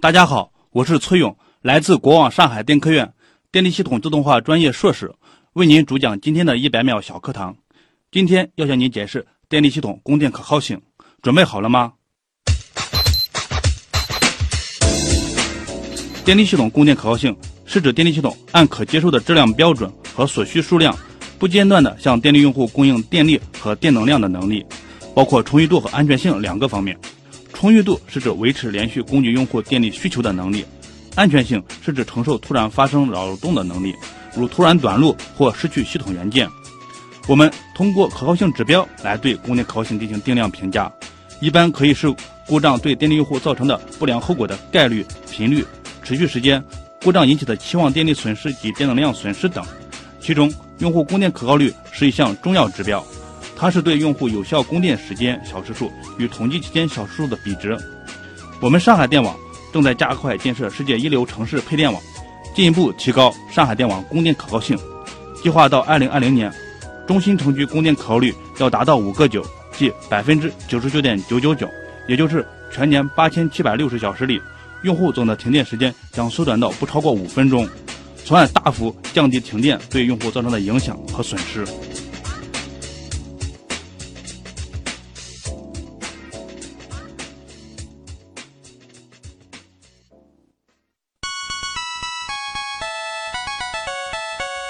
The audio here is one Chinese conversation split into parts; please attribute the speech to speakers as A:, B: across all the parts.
A: 大家好，我是崔勇，来自国网上海电科院电力系统自动化专业硕士，为您主讲今天的一百秒小课堂。今天要向您解释电力系统供电可靠性，准备好了吗？电力系统供电可靠性是指电力系统按可接受的质量标准和所需数量，不间断地向电力用户供应电力和电能量的能力，包括充裕度和安全性两个方面。充裕度是指维持连续供给用户电力需求的能力，安全性是指承受突然发生扰动的能力，如突然短路或失去系统元件。我们通过可靠性指标来对供电可靠性进行定量评价，一般可以是故障对电力用户造成的不良后果的概率、频率、持续时间、故障引起的期望电力损失及电能量损失等。其中，用户供电可靠率是一项重要指标，它是对用户有效供电时间小时数与统计期间小时数的比值。我们上海电网正在加快建设世界一流城市配电网，进一步提高上海电网供电可靠性。计划到二零二零年，中心城区供电可靠率要达到五个九，即百分之九十九点九九九，也就是全年八千七百六十小时里，用户总的停电时间将缩短到不超过五分钟，从而大幅降低停电对用户造成的影响和损失。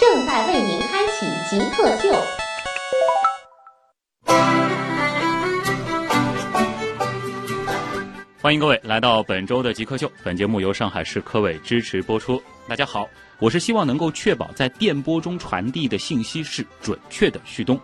B: 正在为您开启极客秀，
C: 欢迎各位来到本周的极客秀，本节目由上海市科委支持播出。大家好，我是希望能够确保在电波中传递的信息是准确的，旭东。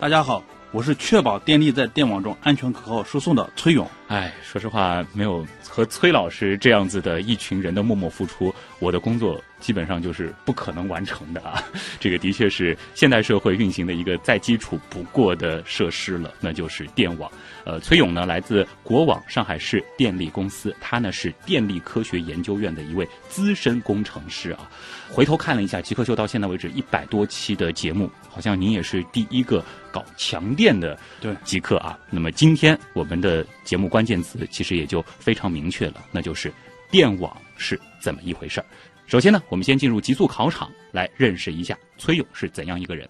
A: 大家好，我是确保电力在电网中安全可靠输送的崔勇。
C: 哎，说实话，没有和崔老师这样子的一群人的默默付出，我的工作基本上就是不可能完成的啊。 这个的确是现代社会运行的一个再基础不过的设施了，那就是电网。呃，崔勇呢，来自国网上海市电力公司，他呢是电力科学研究院的一位资深工程师啊。回头看了一下《极客秀》到现在为止一百多期的节目，好像您也是第一个搞强电的
A: 对
C: 极客啊。那么今天我们的节目关键词其实也就非常明确了，那就是电网是怎么一回事儿。首先呢，我们先进入极速考场，来认识一下崔勇是怎样一个人。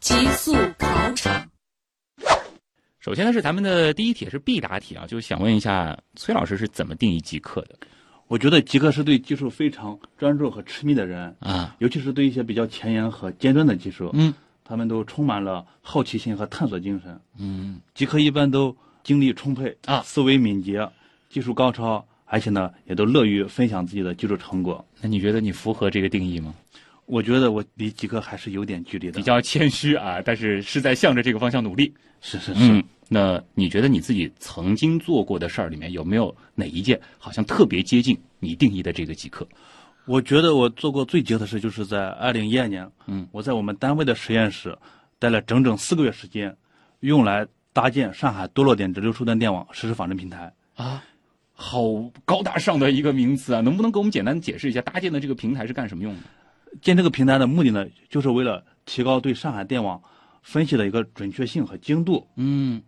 D: 极速考场，
C: 首先呢是咱们的第一题也是必答题啊，就是想问一下崔老师是怎么定义极客的
A: 我觉得极客是对技术非常专注和痴迷的人，
C: 啊？
A: 尤其是对一些比较前沿和尖端的技术，
C: 嗯
A: 他们都充满了好奇心和探索精神。
C: 嗯，
A: 极客一般都精力充沛
C: 啊
A: 思维敏捷，技术高超，而且呢也都乐于分享自己的技术成果。
C: 那你觉得你符合这个定义吗？
A: 我觉得我离极客还是有点距离的。
C: 比较谦虚啊，但是是在向着这个方向努力。
A: 是是是，
C: 嗯，那你觉得你自己曾经做过的事儿里面有没有哪一件好像特别接近你定义的这个极客？
A: 我觉得我做过最绝的事就是在二零一二年，
C: 嗯，
A: 我在我们单位的实验室待了整整四个月时间，用来搭建上海多落点直流输电电网实时仿真平台。
C: 啊，好高大上的一个名词啊！ 能不能给我们简单解释一下搭建的这个平台是干什么用的？
A: 建这个平台的目的呢，就是为了提高对上海电网分析的一个准确性和精度。
C: 嗯，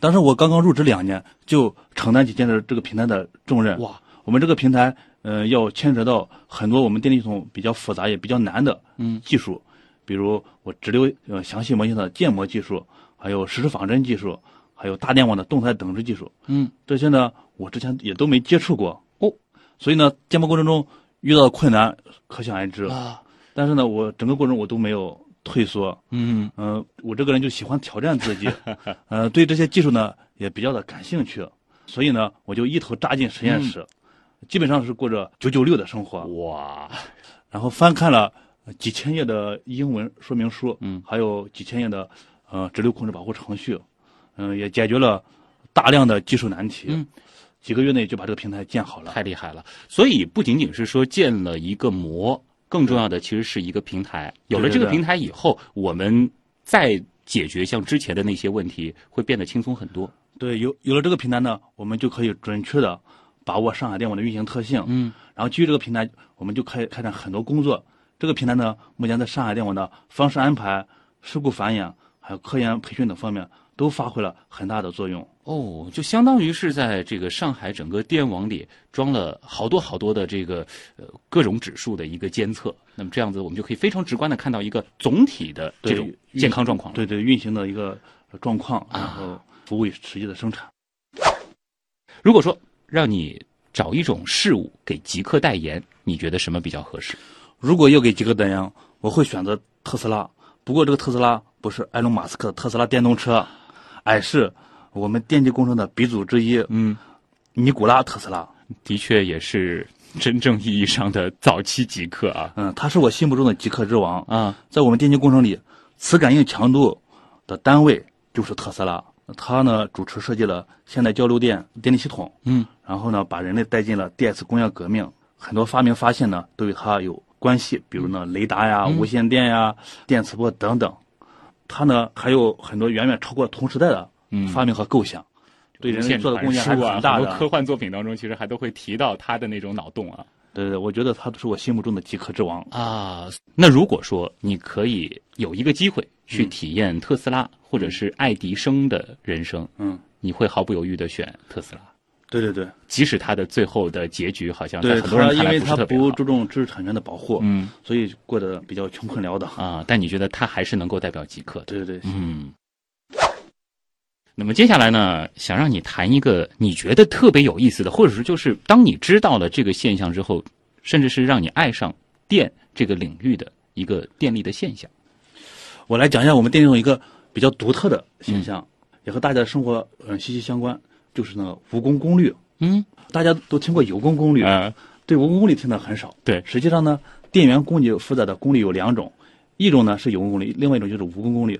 A: 当时我刚刚入职两年，就承担起建设这个平台的重任。
C: 哇，
A: 我们这个平台，呃，要牵扯到很多我们电力系统比较复杂也比较难的
C: 嗯
A: 技术，比如我直流呃详细模型的建模技术，还有实时仿真技术，还有大电网的动态等值技术，
C: 嗯，
A: 这些呢我之前也都没接触过
C: 哦，
A: 所以呢建模过程中遇到的困难可想而知，
C: 啊，
A: 但是呢我整个过程我都没有退缩，
C: 嗯，
A: 嗯、我这个人就喜欢挑战自己， 呃，对这些技术呢也比较的感兴趣，所以呢，我就一头扎进实验室，基本上是过着九九六的生活，
C: 哇，
A: 然后翻看了呃几千页的英文说明书，
C: 嗯
A: 还有几千页的呃呃直流控制保护程序，嗯、也解决了大量的技术难题，
C: 嗯
A: 几个月内就把这个平台建好了。
C: 太厉害了。所以不仅仅是说建了一个模，更重要的其实是一个平台。有了这个
A: 对对
C: 平台以后，我们再解决像之前的那些问题，会变得轻松很多。
A: 对，有有了这个平台呢，我们就可以准确的把握上海电网的运行特性。
C: 嗯，
A: 然后基于这个平台，我们就可以开展很多工作。这个平台呢，目前在上海电网的方式安排、事故反演，还有科研培训等方面，都发挥了很大的作用。
C: 哦，就相当于是在这个上海整个电网里装了好多好多的这个呃各种指数的一个监测，那么这样子我们就可以非常直观的看到一个总体的这种
A: 对
C: 健康状况了。
A: 对对，运行的一个呃状况，
C: 哦啊
A: 然后服务于实际的生产。
C: 如果说让你找一种事物给极客代言，你觉得什么比较合适？
A: 如果要给极客代言，我会选择特斯拉。不过这个特斯拉不是埃隆·马斯克的特斯拉电动车，而是我们电气工程的鼻祖之一
C: 嗯，
A: 尼古拉·特斯拉。
C: 的确也是真正意义上的早期极客啊
A: 嗯，他是我心目中的极客之王。
C: 啊！
A: 在我们电气工程里，磁感应强度的单位就是特斯拉。他呢主持设计了现代交流电电力系统，
C: 嗯，
A: 然后呢把人类带进了第二次工业革命。很多发明发现呢都与他有关系，比如呢雷达呀、
C: 嗯
A: 无线电呀、电磁波等等。他呢还有很多远远超过同时代的
C: 嗯
A: 发明和构想，对人类做的贡献还是很大
C: 啊很
A: 的。
C: 多科幻作品当中，其实还都会提到他的那种脑洞啊。
A: 对对对，我觉得他是我心目中的极客之王。
C: 啊，那如果说你可以有一个机会去体验特斯拉或者是爱迪生的人生，
A: 嗯，
C: 你会毫不犹豫的选特斯拉，
A: 对对对，
C: 即使它的最后的结局好像在
A: 对
C: 很多人
A: 他
C: 看
A: 因
C: 来
A: 为
C: 不
A: 他
C: 是特别好啊
A: 不，注重知识产权的保护，
C: 嗯
A: 所以过得比较穷困潦倒。
C: 啊，但你觉得它还是能够代表极客的，
A: 对对对，
C: 嗯。那么接下来呢，想让你谈一个你觉得特别有意思的，或者是就是当你知道了这个现象之后，甚至是让你爱上电这个领域的一个电力的现象。
A: 我来讲一下我们电力中一个比较独特的现
C: 嗯
A: 象，也和大家的生活嗯息息相关，就是呢无功功率。
C: 嗯，
A: 大家都听过有功功率，
C: 啊，
A: 对无功功率听的很少。
C: 对
A: 实际上呢，电源供给负载的功率有两种，一种呢是有功功率，另外一种就是无功功率。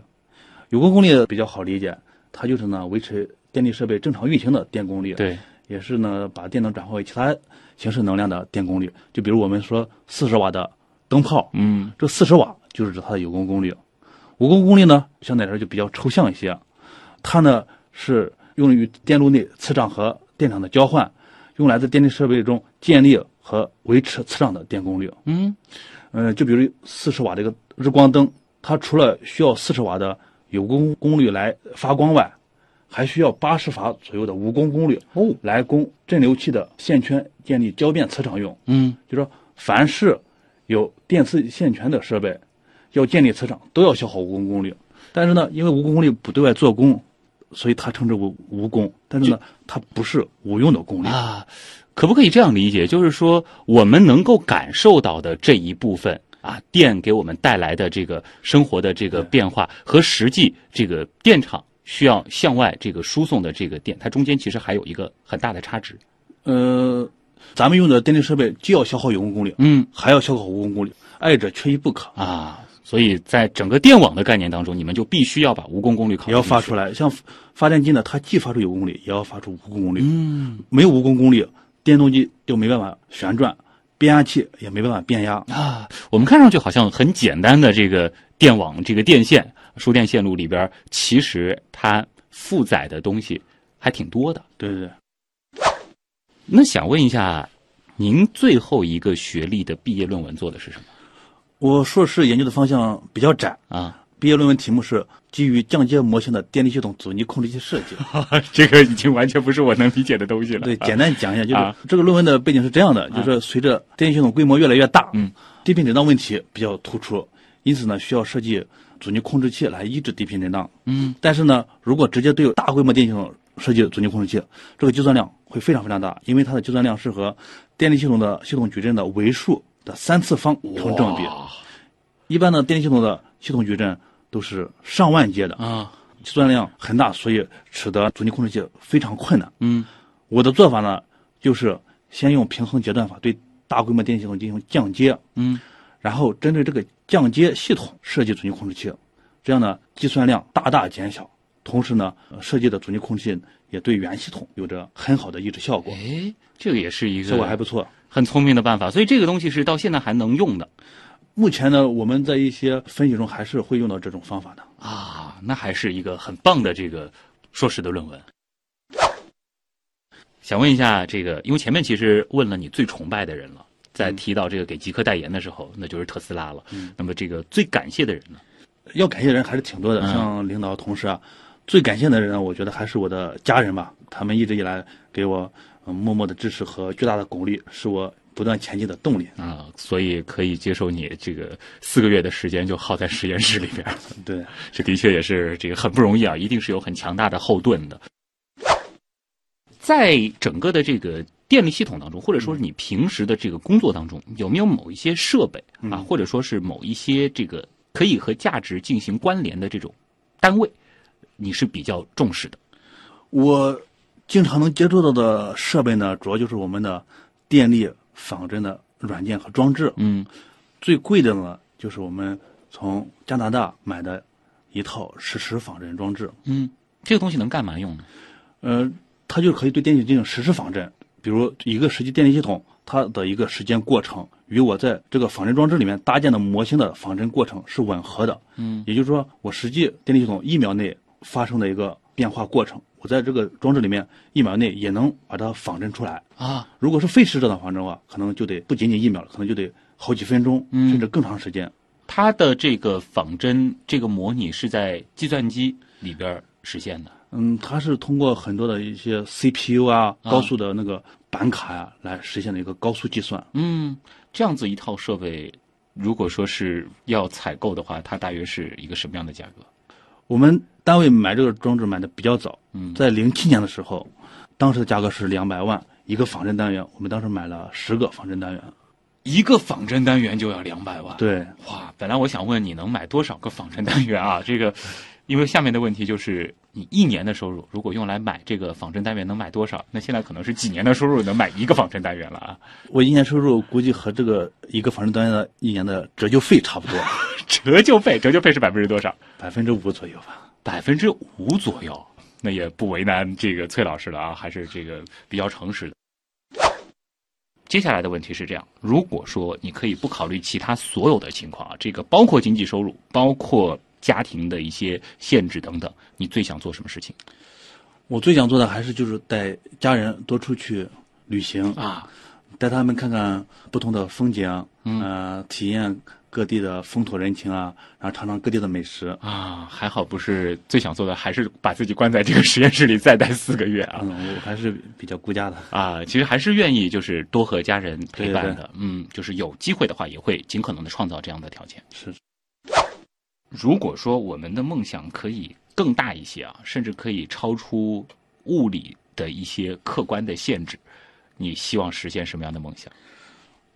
A: 有功功率比较好理解，它就是呢维持电力设备正常运行的电功率。。
C: 对，
A: 也是呢，把电能转化为其他形式能量的电功率。就比如我们说四十瓦的灯泡，
C: 嗯。
A: 这四十瓦就是指它的有功功率。无功功率呢，相对来说就比较抽象一些。啊它呢是用于电路内磁场和电场的交换，用来在电力设备中建立和维持磁场的电功率。
C: 嗯
A: 嗯，就比如四十瓦的一个日光灯，它除了需要四十瓦的有功功率来发光外，还需要八十瓦左右的无功功率
C: 哦
A: 来供镇流器的线圈建立交变磁场用。
C: 嗯
A: 就说凡是有电磁线圈的设备，要建立磁场都要消耗无功功率。但是呢，因为无功功率不对外做功，所以它称之为无功。但是呢，它不是无用的功率。
C: 啊，可不可以这样理解？就是说，我们能够感受到的这一部分啊，电给我们带来的这个生活的这个
A: 对
C: 变化，和实际这个电厂需要向外这个输送的这个电，它中间其实还有一个很大的差值。
A: 呃，咱们用的电力设备既要消耗有功功率，
C: 嗯
A: 还要消耗无功功率，二者缺一不可。
C: 啊，所以在整个电网的概念当中，你们就必须要把无功功率考虑
A: 也要发出
C: 来。
A: 来，像发电机呢，它既发出有功率，也要发出无功功率。
C: 嗯
A: 没有无功功率，电动机就没办法旋转，变压器也没办法变压。
C: 啊，我们看上去好像很简单的这个电网、这个电线、输电线路里边儿，其实它负载的东西还挺多的。
A: 对对对，
C: 那想问一下，您最后一个学历的毕业论文做的是什么
A: 我硕士研究的方向比较窄，
C: 啊？
A: 毕业论文题目是基于降阶模型的电力系统阻尼控制器设计。
C: 这个已经完全不是我能理解的东西 了。
A: 对，简单讲一下，就是、
C: 啊
A: 这个论文的背景是这样的，就是随着电力系统规模越来越大，
C: 嗯，
A: 地频震荡问题比较突出，因此呢，需要设计阻尼控制器来抑制地频震荡。
C: 嗯，
A: 但是呢，如果直接对大规模电力系统设计阻尼控制器，这个计算量会非常非常大，因为它的计算量是和电力系统的系统矩阵的维数的三次方成正比。一般的电力系统的系统矩阵都是上万阶的，
C: 啊，
A: 计算量很大，所以使得阻尼控制器非常困难。
C: 嗯，
A: 我的做法呢，就是先用平衡截断法对大规模电气系统进行降阶，
C: 嗯，
A: 然后针对这个降阶系统设计阻尼控制器，这样呢计算量大大减小，同时呢呃设计的阻尼控制器也对元系统有着很好的抑制效果，
C: 哎，这个也是一个
A: 效果还不错。
C: 很聪明的办法，所以这个东西是到现在还能用的
A: 目前呢，我们在一些分析中还是会用到这种方法的。
C: 啊，那还是一个很棒的这个硕士的论文。想问一下，这个因为前面其实问了你最崇拜的人了，在提到这个给极客代言的时候，那就是特斯拉了。那么这个最感谢的人呢？
A: 要感谢的人还是挺多的，
C: 嗯
A: 像领导、同事啊。最感谢的人呢，我觉得还是我的家人吧，他们一直以来给我、嗯默默的支持和巨大的鼓励，是我不断前进的动力。
C: 啊，所以可以接受你这个四个月的时间就耗在实验室里边儿，
A: 对，
C: 这的确也是这个很不容易啊，一定是有很强大的后盾的。在整个的这个电力系统当中，或者说是你平时的这个工作当中，有没有某一些设备啊，
A: 嗯
C: 或者说是某一些这个可以和价值进行关联的这种单位，你是比较重视的
A: 我经常能接触到的设备呢，主要就是我们的电力仿真的软件和装置。
C: 嗯，
A: 最贵的呢，就是我们从加拿大买的一套实时仿真装置。
C: 嗯，这个东西能干嘛用呢？
A: 呃，它就可以对电力进行实时仿真，比如一个实际电力系统，它的一个时间过程与我在这个仿真装置里面搭建的模型的仿真过程是吻合的。
C: 嗯，
A: 也就是说，我实际电力系统一秒内发生的一个变化过程，我在这个装置里面一秒内也能把它仿真出来。
C: 啊，
A: 如果是费时这档仿真的话，可能就得不仅仅一秒了，可能就得好几分钟，
C: 嗯
A: 甚至更长时间。
C: 它的这个仿真这个模拟是在计算机里边儿实现的。
A: 嗯，它是通过很多的一些 CPU 啊、
C: 啊
A: 高速的那个板卡呀、来实现的一个高速计算。
C: 嗯，这样子一套设备，如果说是要采购的话，它大约是一个什么样的价格？
A: 我们单位买这个装置买的比较早，
C: 嗯
A: 在零七年的时候，当时的价格是两百万一个仿真单元，我们当时买了十个仿真单元。
C: 一个仿真单元就要两百万。，
A: 对，
C: 哇，本来我想问你能买多少个仿真单元啊？ 这个，因为下面的问题就是你一年的收入，如果用来买这个仿真单元能买多少？那现在可能是几年的收入能买一个仿真单元了啊？
A: 我一年收入估计和这个一个仿真单元的一年的折旧费差不 多，
C: 折旧费，折旧费是百分之多少？
A: 百分之五左右吧。
C: 百分之五左右，那也不为难这个崔老师了啊，还是这个比较诚实的。接下来的问题是这样：如果说你可以不考虑其他所有的情况啊，这个包括经济收入，包括家庭的一些限制等等，你最想做什么事情
A: 我最想做的还是就是带家人多出去旅行，
C: 啊？
A: 带他们看看不同的风景，嗯、呃，体验各地的风土人情啊，然后尝尝各地的美食。
C: 啊，还好不是最想做的，还是把自己关在这个实验室里再待四个月啊。
A: 嗯，我还是比较顾家的。
C: 啊，其实还是愿意就是多和家人陪伴的，
A: 对
C: 嗯，就是有机会的话，也会尽可能的创造这样的条件。
A: 是。
C: 如果说我们的梦想可以更大一些啊，甚至可以超出物理的一些客观的限制，你希望实现什么样的梦想？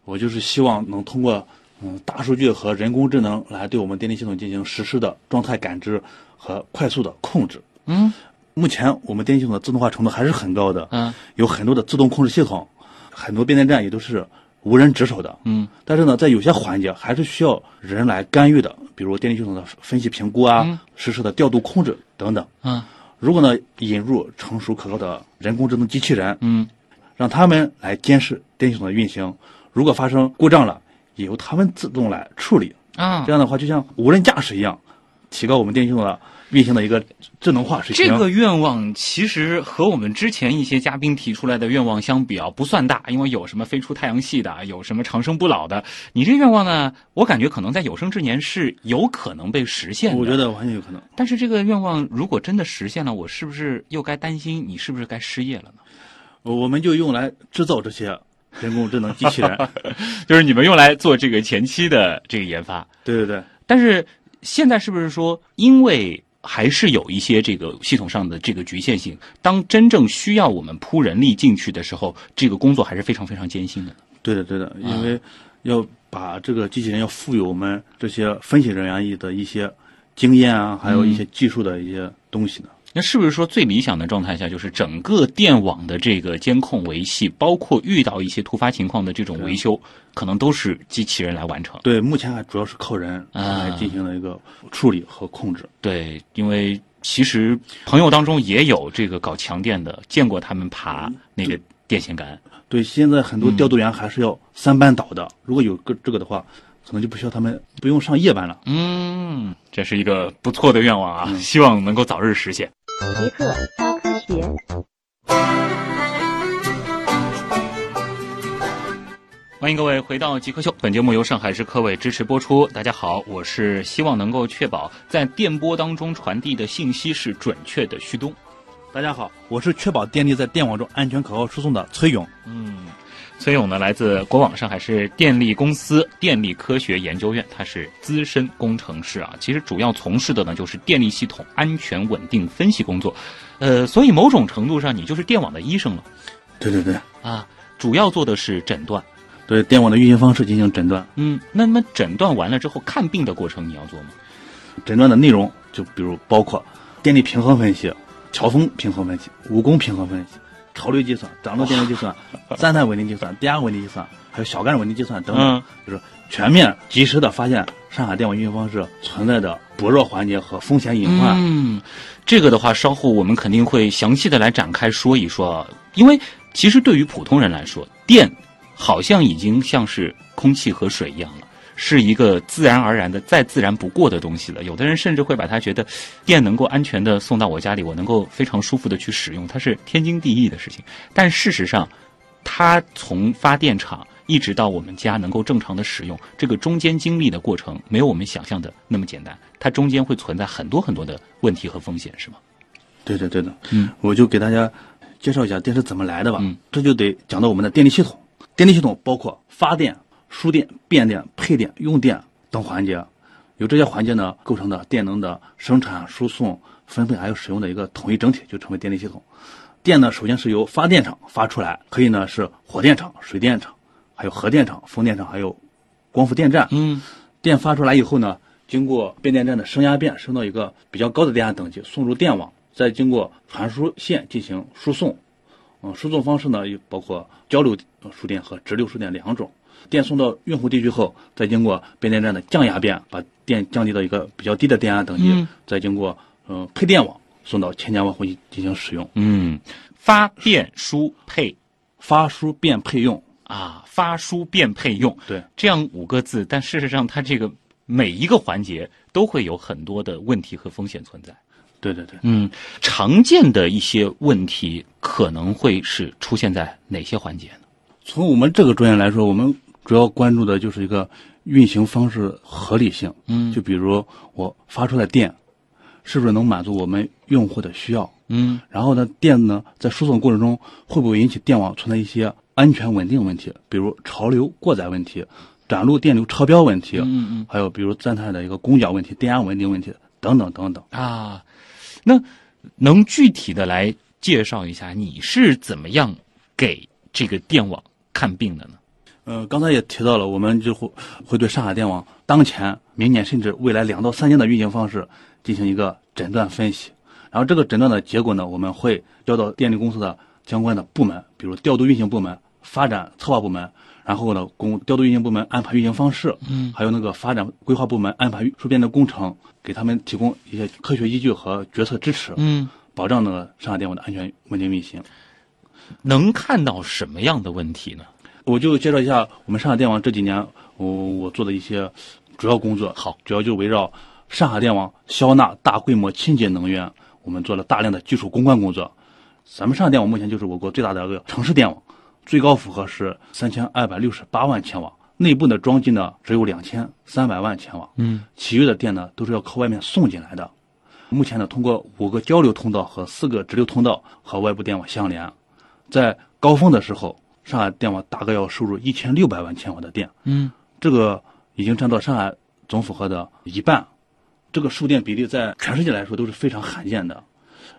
A: 我就是希望能通过嗯大数据和人工智能来对我们电力系统进行实时的状态感知和快速的控制。
C: 嗯
A: 目前我们电力系统的自动化程度还是很高的，
C: 嗯
A: 有很多的自动控制系统，很多变电站也都是无人值守的。
C: 嗯
A: 但是呢，在有些环节还是需要人来干预的，比如电力系统的分析评估啊、
C: 嗯
A: 实时的调度控制等等。
C: 嗯
A: 如果呢，引入成熟可靠的人工智能机器人，
C: 嗯，
A: 让他们来监视电力系统的运行。如果发生故障了，也由他们自动来处理。
C: 啊
A: 这样的话，就像无人驾驶一样，提高我们电力系统的运行的一个智能化水平。
C: 这个愿望其实和我们之前一些嘉宾提出来的愿望相比啊，不算大，因为有什么飞出太阳系的，有什么长生不老的。你这个愿望呢，我感觉可能在有生之年是有可能被实现的。
A: 我觉，得完全有可能。
C: 但是这个愿望如果真的实现了，我是不是又该担心你是不是该失业了呢？
A: 我们就用来制造这些人工智能机器人。
C: 就是你们用来做这个前期的这个研发，
A: 对对对，
C: 但是现在是不是说，因为还是有一些这个系统上的这个局限性，当真正需要我们铺人力进去的时候，这个工作还是非常非常艰辛的。
A: 对的对
C: 啊
A: 的，因为要把这个机器人要赋予我们这些分析人员的一些经验啊，还有一些技术的一些东西呢。
C: 那是不是说最理想的状态下，就是整个电网的这个监控维系，包括遇到一些突发情况的这种维修，可能都是机器人来完成？
A: 对，目前还主要是靠人
C: 啊
A: 来进行了一个处理和控制。
C: 对，因为其实朋友当中也有这个搞强电的，见过他们爬那个电线杆。
A: 对，现在很多调度员还是要三班倒的，如果有个这个的话，可能就不需要他们不用上夜班了。
C: 嗯，这是一个不错的愿望啊，希望能够早日实现。
B: 极客高科学。
C: 欢迎各位回到极客秀，本节目由上海市科委支持播出。大家好，我是希望能够确保在电波当中传递的信息是准确的旭东。
A: 大家好，我是确保电力在电网中安全可靠输送的崔勇。
C: 嗯，崔勇呢来自国网上海市电力公司电力科学研究院，他是资深工程师啊。其实主要从事的呢就是电力系统安全稳定分析工作，呃，所以某种程度上你就是电网的医生了
A: 对对对，
C: 啊。主要做的是诊断，
A: 对电网的运行方式进行诊断，
C: 嗯，那么诊断完了之后，看病的过程你要做吗？
A: 诊断的内容就比如包括电力平衡分析、乔峰平衡分析、武功平衡分析、潮流计算、涨落电流计算、三态稳定计算、低压稳定计算，还有小干稳定计算等等，
C: 嗯
A: 就是全面及时的发现上海电网运行方式存在的薄弱环节和风险隐患。
C: 嗯，这个的话，稍后我们肯定会详细的来展开说一说，啊，因为其实对于普通人来说，电好像已经像是空气和水一样了。是一个自然而然的、再自然不过的东西了。有的人甚至会把它觉得，电能够安全的送到我家里，我能够非常舒服的去使用，它是天经地义的事情。但事实上，它从发电厂一直到我们家能够正常的使用，这个中间经历的过程没有我们想象的那么简单，它中间会存在很多很多的问题和风险，是吗？
A: 对的，对的，
C: 嗯，
A: 我就给大家介绍一下电是怎么来的吧。
C: 嗯，
A: 这就得讲到我们的电力系统。电力系统包括发电、输电、变电、配电、用电等环节，由这些环节呢构成的电能的生产、输送、分配还有使用的一个统一整体，就成为电力系统。电呢，首先是由发电厂发出来，可以呢是火电厂、水电厂，还有核电厂、风电厂，还有光伏电站。
C: 嗯
A: 电发出来以后呢，经过变电站的升压变升到一个比较高的电压等级，送入电网，再经过传输线进行输送。嗯，输送方式呢，也包括交流输电和直流输电两种。电送到用户地区后，再经过变电站的降压变，把电降低到一个比较低的电压等级，
C: 嗯
A: 再经过嗯、呃配电网送到千家万户进进行使用。
C: 嗯，发电输配
A: 发输变配用，
C: 啊，发输变配用，
A: 对，
C: 这样五个字，但事实上它这个每一个环节都会有很多的问题和风险存在。
A: 对对对。
C: 嗯，常见的一些问题可能会是出现在哪些环节呢？
A: 从我们这个专业来说，我们主要关注的就是一个运行方式合理性。
C: 嗯
A: 就比如我发出来电，是不是能满足我们用户的需要？
C: 嗯
A: 然后呢，电呢在输送过程中会不会引起电网存在一些安全稳定问题，比如潮流过载问题、短路电流超标问题，
C: 嗯
A: 还有比如站态的一个攻角问题、电压稳定问题等等等等。
C: 嗯啊，那能具体的来介绍一下你是怎么样给这个电网看病的呢？
A: 呃，刚才也提到了，我们就会会对上海电网当前、明年甚至未来两到三年的运行方式进行一个诊断分析。然后这个诊断的结果呢，我们会交到电力公司的相关的部门，比如调度运行部门、发展策划部门，然后呢，供调度运行部门安排运行方式，
C: 嗯，
A: 还有那个发展规划部门安排输电的工程，给他们提供一些科学依据和决策支持，
C: 嗯，
A: 保障那个上海电网的安全稳定运行。
C: 能看到什么样的问题呢？
A: 我就介绍一下我们上海电网这几年我我做的一些主要工作。
C: 好，
A: 主要就围绕上海电网消纳大规模清洁能源，我们做了大量的基础攻关工作。咱们上海电网目前就是我国最大的一个城市电网，最高负荷是三千二百六十八万千瓦，内部的装机呢只有两千三百万千瓦，
C: 嗯，
A: 其余的电呢都是要靠外面送进来的。目前呢，通过五个交流通道和四个直流通道和外部电网相连，在高峰的时候，上海电网大概要输入一千六百万千瓦的电，
C: 嗯，
A: 这个已经占到上海总负荷的一半，这个输电比例在全世界来说都是非常罕见的。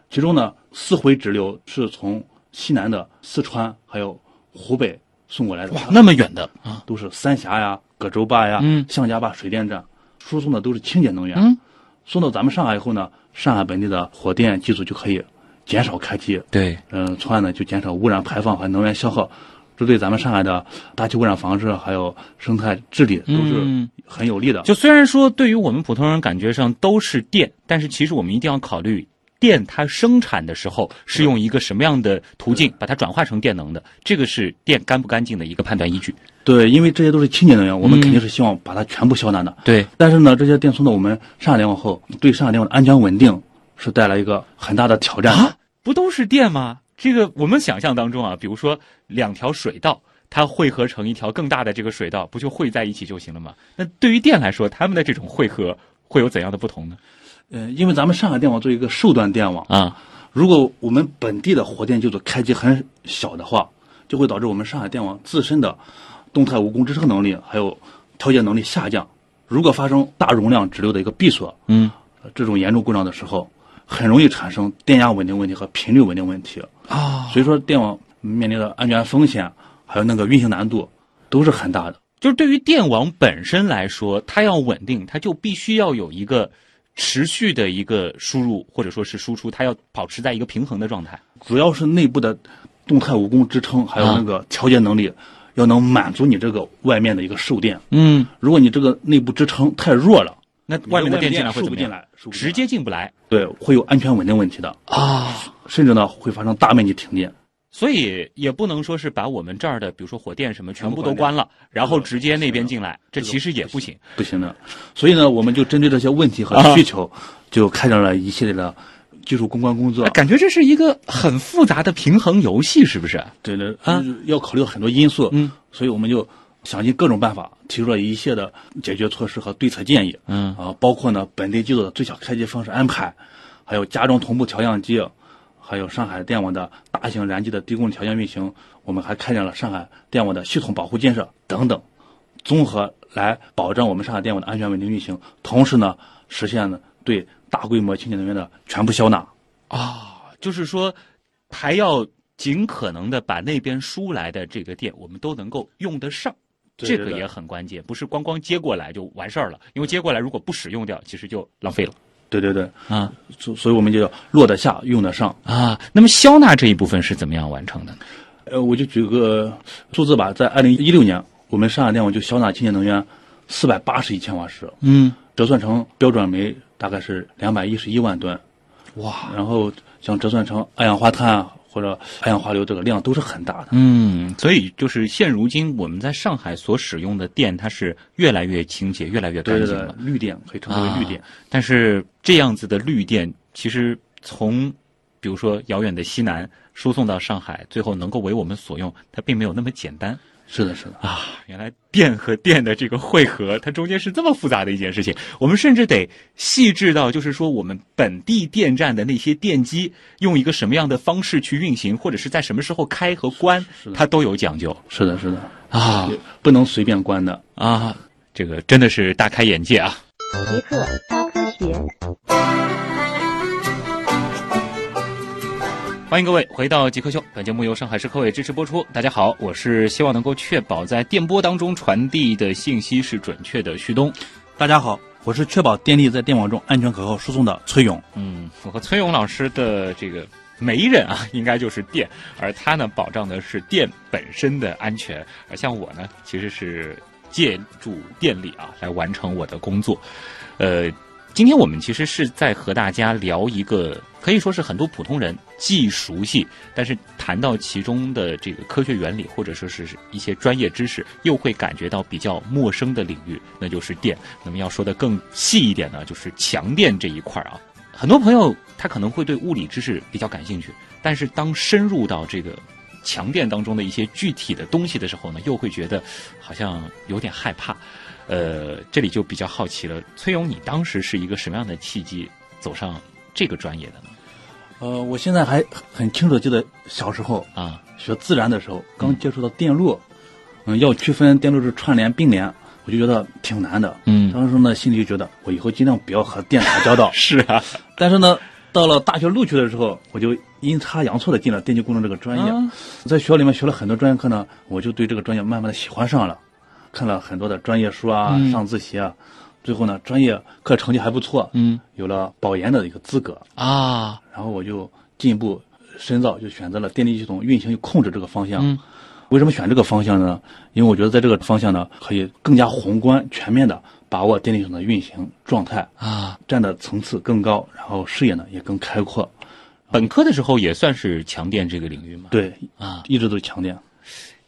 A: 其中呢，四回直流是从西南的四川还有湖北送过来的，
C: 哇，那么远的啊，
A: 都是三峡呀、葛洲坝呀、
C: 嗯
A: 象家坝水电站，输送的都是清洁能源。
C: 嗯
A: 送到咱们上海以后呢，上海本地的火电机组就可以减少开机，
C: 对，
A: 嗯，从而呢就减少污染排放和能源消耗，这对咱们上海的大气污染防治还有生态治理都是
C: 嗯
A: 很有利的。
C: 就虽然说对于我们普通人感觉上都是电，但是其实我们一定要考虑电它生产的时候是用一个什么样的途径把它转化成电能的，这个是电干不干净的一个判断依据。
A: 对，因为这些都是清洁能源，我们
C: 嗯
A: 肯定是希望把它全部消纳的。
C: 对，
A: 但是呢，这些电送到我们上海联网后，对上海联网的安全稳定是带来一个很大的挑战的。
C: 啊，不都是电吗？这个我们想象当中啊，比如说两条水道，它汇合成一条更大的这个水道，不就汇在一起就行了吗？那对于电来说，它们的这种汇合会有怎样的不同呢？
A: 呃，因为咱们上海电网作为一个寿段电网，
C: 啊，
A: 如果我们本地的火电机组开机很小的话，就会导致我们上海电网自身的动态无功支撑能力还有调节能力下降。如果发生大容量直流的一个闭锁，
C: 嗯，
A: 呃这种严重故障的时候，很容易产生电压稳定问题和频率稳定问题。
C: 啊，
A: 所以说，电网面临的安全风险还有那个运行难度都是很大的。
C: 就是对于电网本身来说，它要稳定，它就必须要有一个持续的一个输入或者说是输出，它要保持在一个平衡的状态。
A: 主要是内部的动态无功支撑，还有那个调节能力，要能满足你这个外面的一个受电。
C: 嗯，
A: 如果你这个内部支撑太弱了，
C: 那外面的
A: 电
C: 电进来会
A: 输
C: 怎
A: 不
C: 么
A: 进
C: 样？
A: 来，输不进
C: 直
A: 来
C: 接进不来
A: 对会有安全稳定问题的，
C: 啊。
A: 甚至呢会发生大面积停电。
C: 所以也不能说是把我们这儿的，比如说火电什么全部
A: 部
C: 都
A: 关
C: 关了，然后直接
A: 是的
C: 那边进来，这其实也不行。啊
A: 不行的，所以呢，我们就针对这些问题和需求，就开展了一系列的技术攻关工作。
C: 感觉这是一个很复杂的平衡游戏，是不是？
A: 对的，
C: 啊
A: 就是要考虑到很多因素，
C: 嗯，
A: 所以我们就想尽各种办法，提出了一系列的解决措施和对策建议，
C: 嗯
A: 啊，包括呢本地机组的最小开机方式安排，还有家中同步调样机，还有上海电网的大型燃机的低功率调样运行，我们还开展了上海电网的系统保护建设等等，综合来保障我们上海电网的安全稳定运行，同时呢实现呢对大规模清洁能源的全部消纳。
C: 啊，就是说还要尽可能的把那边输来的这个电，我们都能够用得上。
A: 对
C: 这
A: 对
C: 个
A: 对
C: 也很关键，不是光光接过来就完事儿了，因为接过来如果不使用掉，其实就浪费了
A: 对对对，
C: 啊
A: 所所以我们就要落得下，用得上。
C: 啊。那么消纳这一部分是怎么样完成的呢？
A: 呃，我就举个数字吧，在二零一六年，我们上海电网就消纳清洁能源四百八十亿千瓦时，
C: 嗯，
A: 折算成标准煤大概是两百一十一万吨，
C: 哇，
A: 然后像折算成二氧化碳啊或者二氧化硫这个量都是很大的。
C: 嗯，所以就是现如今我们在上海所使用的电，它是越来越清洁、越来越干
A: 对对啊
C: 净
A: 对
C: 了，。
A: 绿电可以称之为绿电。
C: 但是这样子的绿电，其实从比如说遥远的西南输送到上海，最后能够为我们所用，它并没有那么简单
A: 是的，是的，
C: 啊。原来电和电的这个汇合，它中间是这么复杂的一件事情。我们甚至得细致到，就是说我们本地电站的那些电机用一个什么样的方式去运行，或者是在什么时候开和关
A: 是，的
C: 它都有讲究。
A: 是的，是的，
C: 啊
A: 对不能随便关的。
C: 啊，这个真的是大开眼界啊！
B: 极客高科学。
C: 欢迎各位回到《极客秀》，本节目由上海市科委支持播出。大家好，我是希望能够确保在电波当中传递的信息是准确的，旭东。
A: 大家好，我是确保电力在电网中安全可靠输送的崔勇。
C: 嗯，我和崔勇老师的这个媒人啊，应该就是电，而他呢，保障的是电本身的安全，而像我呢，其实是借助电力啊来完成我的工作。呃，今天我们其实是在和大家聊一个可以说是很多普通人既熟悉，但是谈到其中的这个科学原理或者说是一些专业知识，又会感觉到比较陌生的领域，那就是电。那么要说的更细一点呢，就是强电这一块儿啊。很多朋友他可能会对物理知识比较感兴趣，但是当深入到这个强电当中的一些具体的东西的时候呢，又会觉得好像有点害怕。呃，这里就比较好奇了，崔勇，你当时是一个什么样的契机走上这个专业的呢？
A: 呃，我现在还很清楚的记得小时候，
C: 啊，
A: 学自然的时候，刚接触到电路，嗯，要区分电路是串联、并联，我就觉得挺难的。
C: 嗯。
A: 当时呢，心里就觉得我以后尽量不要和电打交道
C: 是啊，
A: 但是呢，到了大学录取的时候，我就阴差阳错的进了电气工程这个专业。
C: 啊
A: 在学校里面学了很多专业课呢，我就对这个专业慢慢的喜欢上了，看了很多的专业书啊，
C: 嗯
A: 上自习啊，最后呢，专业课成绩还不错，
C: 嗯
A: 有了保研的一个资格。
C: 啊，
A: 然后我就进一步深造，就选择了电力系统运行与控制这个方向。
C: 嗯
A: 为什么选这个方向呢？因为我觉得在这个方向呢，可以更加宏观、全面的把握电力系统的运行状态，
C: 啊。
A: 站的层次更高，然后视野呢也更开阔。
C: 本科的时候也算是强电这个领域嘛。
A: 对，
C: 啊，
A: 一直都是强电。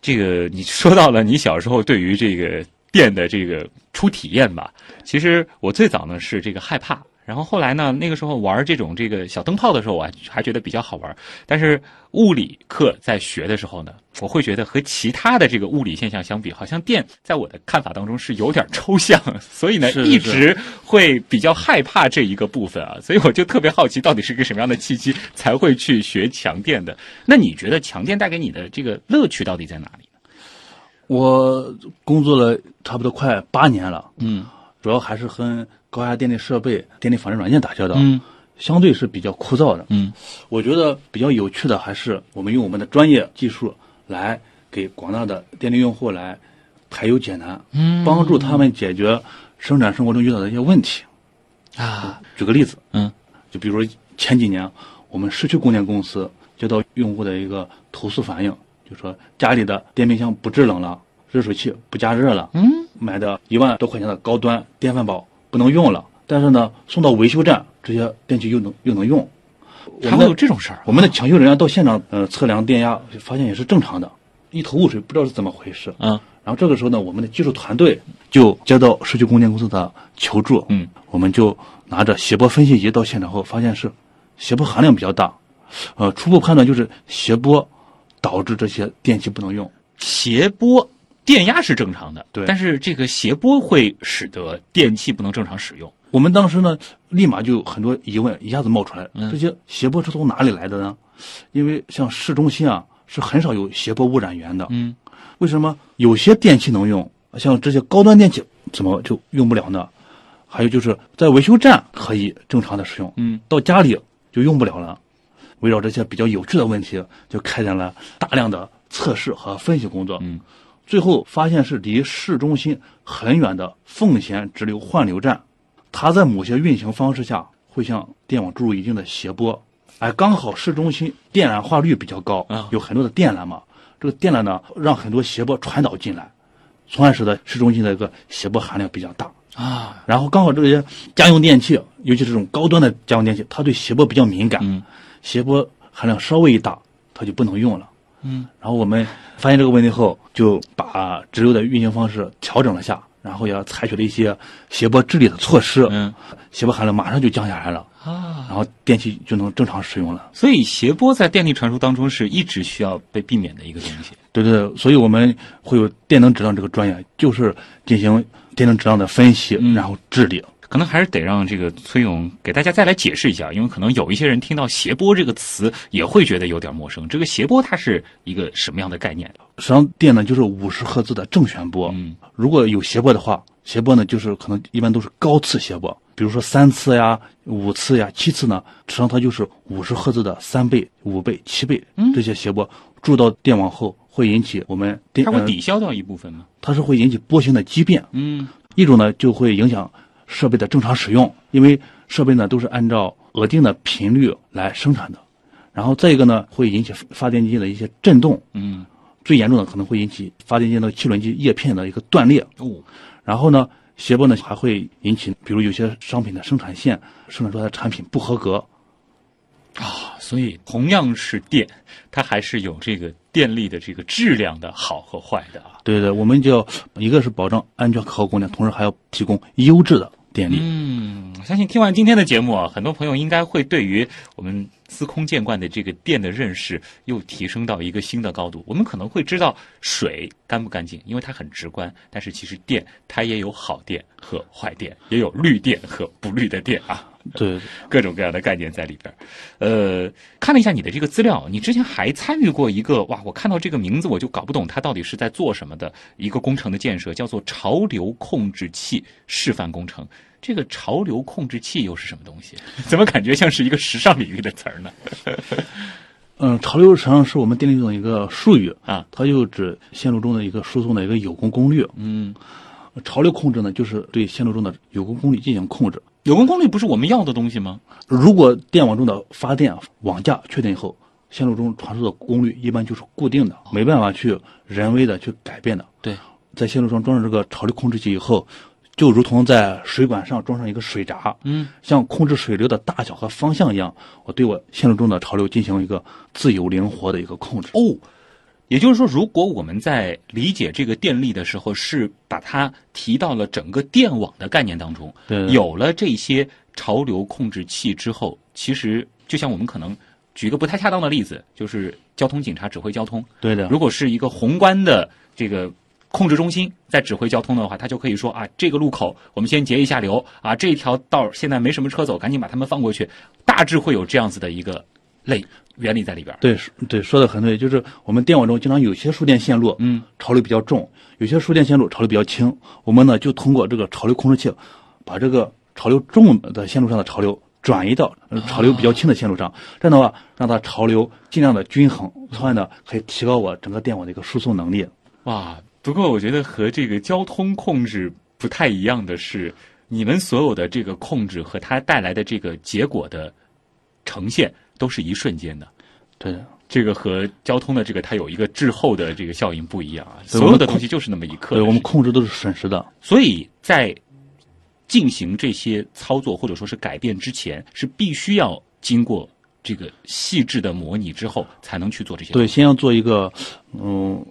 C: 这个你说到了你小时候对于这个电的这个初体验吧。其实我最早呢是这个害怕，然后后来呢，那个时候玩这种这个小灯泡的时候，我还还觉得比较好玩。但是物理课在学的时候呢，我会觉得和其他的这个物理现象相比，好像电在我的看法当中是有点抽象，所以呢，
A: 是是
C: 一 直会比较害怕这一个部分啊。所以我就特别好奇，到底是个什么样的契机才会去学强电的？那你觉得强电带给你的这个乐趣到底在哪里呢？
A: 我工作了差不多快八年了，
C: 嗯
A: 主要还是跟高压电力设备、电力仿真软件打交道，
C: 嗯
A: 相对是比较枯燥的。
C: 嗯，
A: 我觉得比较有趣的还是我们用我们的专业技术来给广大的电力用户来排忧解难，
C: 嗯
A: 帮助他们解决生产生活中遇到的一些问题。
C: 啊，
A: 举个例子，
C: 嗯
A: 就比如前几年我们市区供电公司接到用户的一个投诉反映，就说家里的电冰箱不制冷了，热水器不加热了，
C: 嗯，
A: 买的一万多块钱的高端电饭煲不能用了，但是呢送到维修站这些电器又能又能用。我
C: 还
A: 们
C: 会有
A: 的
C: 这种事儿啊？
A: 我们的抢修人员到现场呃测量电压，发现也是正常的，一头雾水，不知道是怎么回事。
C: 啊，
A: 然后这个时候呢，我们的技术团队就接到市区供电公司的求助，
C: 嗯，
A: 我们就拿着谐波分析仪到现场后，发现是谐波含量比较大，呃，初步判断就是谐波导致这些电器不能用。
C: 谐波电压是正常的，
A: 对
C: 但是这个谐波会使得电器不能正常使用。
A: 我们当时呢，立马就有很多疑问一下子冒出来，
C: 嗯
A: 这些谐波是从哪里来的呢？因为像市中心啊，是很少有谐波污染源的，
C: 嗯，
A: 为什么有些电器能用，像这些高端电器怎么就用不了呢？还有就是在维修站可以正常的使用，
C: 嗯，
A: 到家里就用不了了。围绕这些比较有趣的问题，就开展了大量的测试和分析工作。
C: 嗯，
A: 最后发现是离市中心很远的奉贤直流换流站，它在某些运行方式下会向电网注入一定的谐波。哎，刚好市中心电缆化率比较高，
C: 啊
A: 有很多的电缆嘛，这个电缆呢让很多谐波传导进来，从而使得市中心的一个谐波含量比较大。
C: 啊，
A: 然后刚好这些家用电器，尤其是这种高端的家用电器，它对谐波比较敏感，
C: 嗯
A: 谐波含量稍微一大，它就不能用了。
C: 嗯，
A: 然后我们发现这个问题后，就把直流的运行方式调整了下，然后也采取了一些谐波治理的措施，
C: 嗯
A: 谐波含量马上就降下来了，
C: 啊，
A: 然后电器就能正常使用了。
C: 所以谐波在电力传输当中是一直需要被避免的一个东西。
A: 对对，对所以我们会有电能质量这个专业，就是进行电能质量的分析，
C: 嗯
A: 然后治理。
C: 可能还是得让这个崔勇给大家再来解释一下，因为可能有一些人听到谐波这个词也会觉得有点陌生。这个谐波它是一个什么样的概念？
A: 实际上，电呢就是五十赫兹的正弦波，
C: 嗯
A: 如果有谐波的话，谐波呢就是可能一般都是高次谐波，比如说三次呀、五次呀、七次呢，实际上它就是五十赫兹的三倍、五倍、七倍
C: 嗯
A: 这些谐波注到电网后，会引起我们电
C: 它会
A: 呃
C: 抵消掉一部分吗？
A: 它是会引起波形的畸变，
C: 嗯
A: 一种呢就会影响设备的正常使用，因为设备呢都是按照额定的频率来生产的，然后再一个呢会引起发电机的一些震动，
C: 嗯
A: 最严重的可能会引起发电机的气轮机叶片的一个断裂。
C: 哦
A: 然后呢，谐波呢还会引起，比如有些商品的生产线生产出来的产品不合格。
C: 啊，所以同样是电，它还是有这个电力的这个质量的好和坏的啊。
A: 对对，我们就要一个是保证安全可靠供电，同时还要提供优质的电力。
C: 嗯，我相信听完今天的节目啊，很多朋友应该会对于我们司空见惯的这个电的认识又提升到一个新的高度。我们可能会知道水干不干净，因为它很直观，但是其实电它也有好电和坏电，也有绿电和不绿的电啊。
A: 对，
C: 各种各样的概念在里边儿。呃，看了一下你的这个资料，你之前还参与过一个哇，我看到这个名字我就搞不懂它到底是在做什么的一个工程的建设，叫做潮流控制器示范工程。这个潮流控制器又是什么东西？ 怎么感觉像是一个时尚领域的词儿呢？
A: 嗯，潮流实际上是我们电力系统一个术语
C: 啊
A: 它就指线路中的一个输送的一个有功功率。
C: 嗯，
A: 潮流控制呢，就是对线路中的有功功率进行控制。
C: 有功功率不是我们要的东西吗？
A: 如果电网中的发电网架确定以后，线路中传输的功率一般就是固定的，没办法去人为的去改变的。
C: 对，
A: 在线路上装上这个潮流控制器以后，就如同在水管上装上一个水闸，
C: 嗯，
A: 像控制水流的大小和方向一样，我对我线路中的潮流进行一个自由灵活的一个控制。
C: 哦，也就是说，如果我们在理解这个电力的时候，是把它提到了整个电网的概念当中。
A: 对
C: 有了这些潮流控制器之后，其实就像我们可能举一个不太恰当的例子，就是交通警察指挥交通。
A: 对的，
C: 如果是一个宏观的这个控制中心在指挥交通的话，他就可以说啊，这个路口我们先截一下流啊，这条道现在没什么车走，赶紧把他们放过去，大致会有这样子的一个类原理在里边儿。
A: 对是对，说的很对，就是我们电网中经常有些输电线路，
C: 嗯，
A: 潮流比较重，有些输电线路潮流比较轻，我们呢就通过这个潮流控制器，把这个潮流重的线路上的潮流转移到
C: 啊
A: 呃潮流比较轻的线路上，这样的话让它潮流尽量的均衡，从而呢可以提高我整个电网的一个输送能力。
C: 哇，不过我觉得和这个交通控制不太一样的是，你们所有的这个控制和它带来的这个结果的呈现都是一瞬间的。
A: 对，
C: 这个和交通的这个它有一个滞后的这个效应不一样啊，
A: 对
C: 所
A: 我
C: 有
A: 们
C: 的
A: 控
C: 东西就是那么一刻
A: 对
C: 的
A: 我们
C: 事情
A: 控制都是瞬时的。
C: 所以在进行这些操作或者说是改变之前，是必须要经过这个细致的模拟之后，才能去做这些。
A: 对，，先要做一个嗯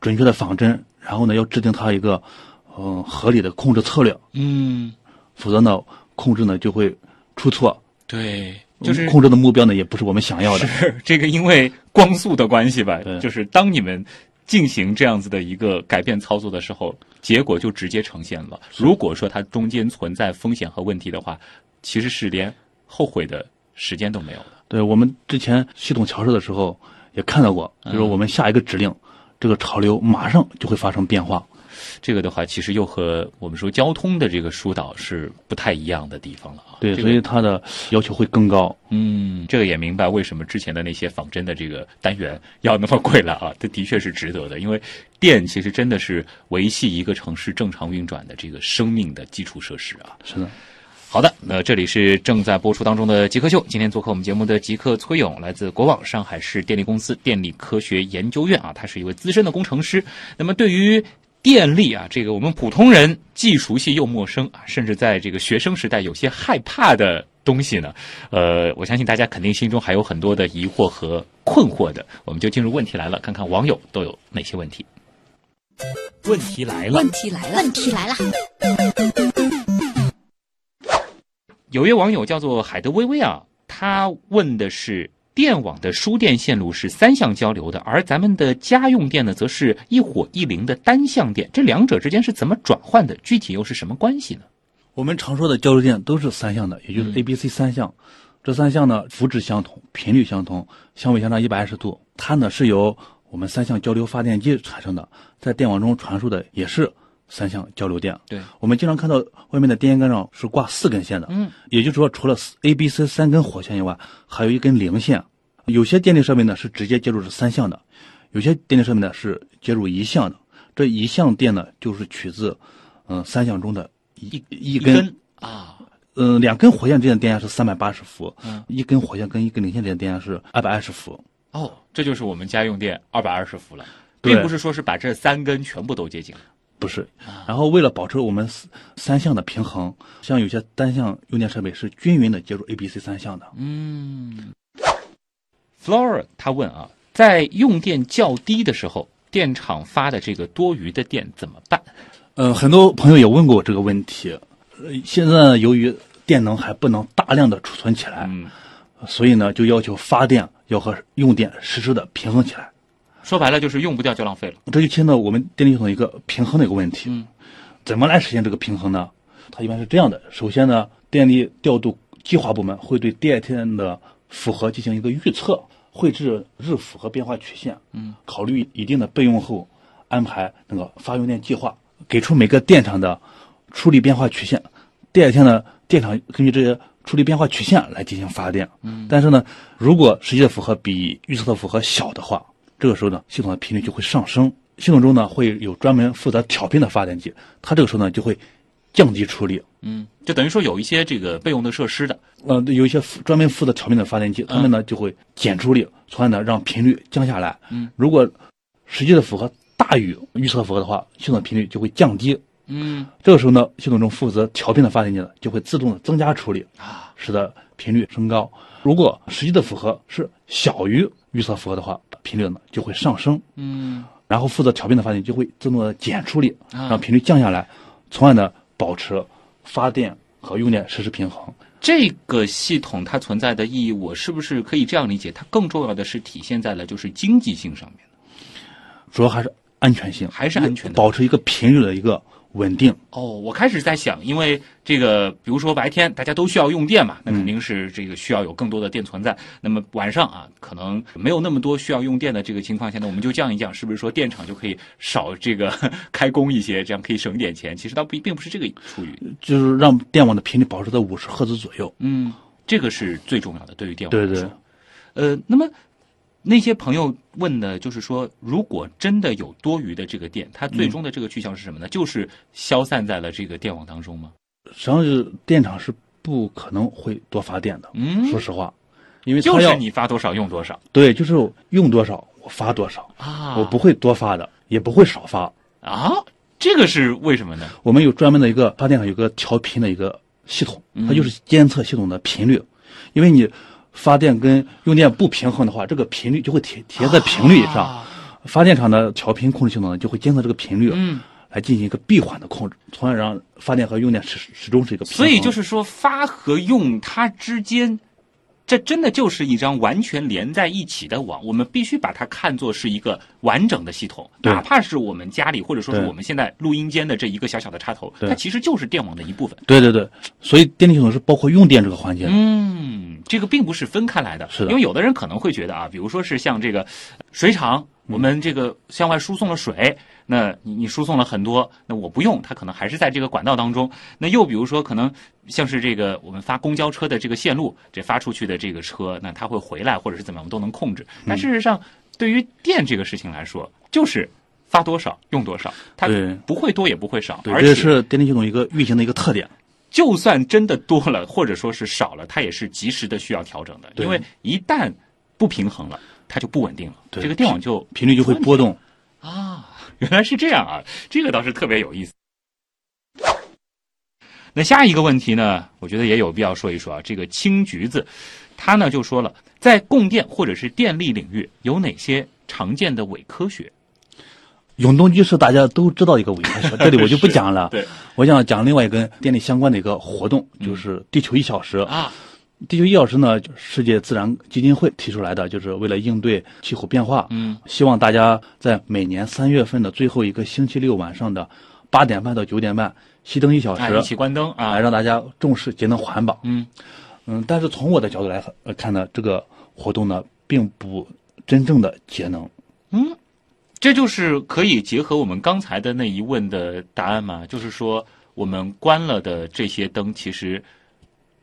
A: 准确的仿真，然后呢要制定它一个嗯合理的控制策略，
C: 嗯，
A: 否则呢控制呢就会出错，
C: 对，就是
A: 控制的目标呢也不是我们想要的。
C: 是这个因为光速的关系吧
A: 对，
C: 就是当你们进行这样子的一个改变操作的时候，结果就直接呈现了。如果说它中间存在风险和问题的话，其实是连后悔的时间都没有了。
A: 对我们之前系统调试的时候也看到过，
C: 嗯
A: 就是我们下一个指令，这个潮流马上就会发生变化。
C: 这个的话，其实又和我们说交通的这个疏导是不太一样的地方了啊。
A: 对，
C: 这个
A: 所以它的要求会更高。
C: 嗯，这个也明白为什么之前的那些仿真的这个单元要那么贵了啊，这的确是值得的，因为电其实真的是维系一个城市正常运转的这个生命的基础设施啊。
A: 是的，
C: 好的，那这里是正在播出当中的极客秀。今天做客我们节目的极客崔勇，来自国网上海市电力公司电力科学研究院啊，他是一位资深的工程师。那么对于电力啊，这个我们普通人既熟悉又陌生啊，甚至在这个学生时代有些害怕的东西呢，呃，我相信大家肯定心中还有很多的疑惑和困惑的。我们就进入问题来了，看看网友都有哪些问题。
E: 问题来了，
D: 问题来了，问题来了，
C: 有一位网友叫做海德薇薇啊，他问的是电网的输电线路是三相交流的，而咱们的家用电呢，则是一火一零的单向电，这两者之间是怎么转换的？具体又是什么关系呢？
A: 我们常说的交流电都是三项的，也就是
C: 嗯
A: A、B、C 三项。这三项呢，幅值相同，频率相同，相位相差一百二十度。它呢是由我们三项交流发电机产生的，在电网中传输的也是三项交流电。
C: 对，
A: 我们经常看到外面的电线杆上是挂四根线的，
C: 嗯，
A: 也就是说，除了 A、B、C 三根火线以外，还有一根零线。有些电力设备呢是直接接入是三项的，有些电力设备呢是接入一项的。这一项电呢，就是取自，嗯、三项中的一一根，
C: 啊，
A: 嗯、两根火线之间的电压是三百八十伏，
C: 嗯
A: 一根火线跟一根零线之间的电压是二百二十伏。
C: 哦，这就是我们家用电二百二十伏了，
A: 对
C: 并不是说是把这三根全部都接进来。
A: 不是，然后为了保持我们三三项的平衡，像有些单项用电设备是均匀的接入 A、B、C 三项的。
C: 嗯，Flora 他问啊，在用电较低的时候，电厂发的这个多余的电怎么办？
A: 呃，很多朋友也问过我这个问题。呃现在呢由于电能还不能大量的储存起来，
C: 嗯。
A: 所以呢，就要求发电要和用电实时的平衡起来。
C: 说白了就是用不掉就浪费了。
A: 这就牵到我们电力系统一个平衡的一个问题。
C: 嗯
A: 怎么来实现这个平衡呢？它一般是这样的：首先呢，电力调度计划部门会对电电的负荷进行一个预测，绘制日负荷变化曲线，嗯，考虑一定的备用后，安排那个发用电计划，给出每个电厂的出力变化曲线。第二天呢，电厂根据这些出力变化曲线来进行发电。嗯，但是呢，如果实际的负荷比预测的负荷小的话，这个时候呢，系统的频率就会上升。系统中呢会有专门负责调频的发电机，它这个时候呢就会降低出力。
C: 嗯，就等于说有一些这个备用的设施的。
A: 呃，有一些负专门负责调频的发电机，他们呢就会减出力，从而呢让频率降下来。
C: 嗯，
A: 如果实际的负荷大于预测负荷的话，系统的频率就会降低。
C: 嗯
A: 这个时候呢，系统中负责调频的发电机呢，就会自动的增加处理，
C: 啊，
A: 使得频率升高。如果实际的负荷是小于预测负荷的话，频率呢就会上升。
C: 嗯
A: 然后负责调频的发电机就会自动的减处理，
C: 啊
A: 让频率降下来，从而呢保持发电和用电实时平衡。
C: 这个系统它存在的意义，我是不是可以这样理解？它更重要的是体现在了就是经济性上面的
A: 主要还是安全性，
C: 还是安全的
A: 保持一个频率的一个稳定。
C: 哦，我开始在想，因为这个，比如说白天大家都需要用电嘛，那肯定是这个需要有更多的电存在。那么晚上啊，可能没有那么多需要用电的这个情况下呢，我们就降一降，是不是说电厂就可以少这个 开工一些，这样可以省一点钱？其实倒不并不是这个处理，
A: 就是让电网的频率保持在五十赫兹左右。
C: 嗯，这个是最重要的，对于电网来
A: 对
C: 说。
A: 对
C: 呃，那么那些朋友问的，就是说，如果真的有多余的这个电，它
A: 嗯
C: 最终的这个去向是什么呢？就是消散在了这个电网当中吗？
A: 实际上是电厂是不可能会多发电的，
C: 嗯，
A: 说实话，因为
C: 就
A: 它要
C: 是你发多少用多少
A: 对，就是用多少我发多少，
C: 啊
A: 我不会多发的，也不会少发。
C: 啊，这个是为什么呢？
A: 我们有专门的一个发电厂有个调频的一个系统，
C: 嗯
A: 它就是监测系统的频率，因为你发电跟用电不平衡的话，这个频率就会贴贴在频率上。
C: 啊
A: 发电厂的调频控制系统呢，就会监测这个频率，
C: 嗯，
A: 来进行一个闭环的控制，从而让发电和用电始始终是一个平衡。
C: 所以就是说，发和用它之间，这真的就是一张完全连在一起的网。我们必须把它看作是一个完整的系统，
A: 对
C: 哪怕是我们家里或者说是
A: 对
C: 我们现在录音间的这一个小小的插头，
A: 对
C: 它其实就是电网的一部分。
A: 对对对，所以电力系统是包括用电这个环节的。
C: 嗯，这个并不是分开来的，
A: 是的
C: 因为有的人可能会觉得啊，比如说是像这个呃水厂，
A: 嗯
C: 我们这个向外输送了水，那你你输送了很多，那我不用，它可能还是在这个管道当中。那又比如说，可能像是这个我们发公交车的这个线路，这发出去的这个车，那它会回来或者是怎么样，我们都能控制。
A: 嗯
C: 但事实上，对于电这个事情来说，就是发多少用多少，它
A: 对
C: 不会多也不会少，
A: 对，
C: 而
A: 这也
C: 且
A: 是电力系统一个运行的一个特点。
C: 就算真的多了，或者说是少了，它也是及时的需要调整的，
A: 对
C: 因为一旦不平衡了，它就不稳定了，
A: 对
C: 这个电网就
A: 频率就会波动。
C: 啊，原来是这样啊，这个倒是特别有意思。那下一个问题呢，我觉得也有必要说一说啊，这个青橘子，他呢就说了，在供电或者是电力领域有哪些常见的伪科学？
A: 永动机是大家都知道的一个伪 科学，这里我就不讲了。
C: 对
A: 我想讲另外一个电力相关的一个活动，就是地球一小时。
C: 啊，
A: 地球一小时呢，就是世界自然基金会提出来的，就是为了应对气候变化。
C: 嗯，
A: 希望大家在每年三月份的最后一个星期六晚上的八点半到九点半哎熄灯一小
C: 啊，
A: 时，
C: 一起关灯啊
A: 来，让大家重视节能环保。
C: 嗯
A: 嗯，但是从我的角度来呃看呢，这个活动呢，并不真正的节能。
C: 嗯，这就是可以结合我们刚才的那一问的答案吗？就是说，我们关了的这些灯，其实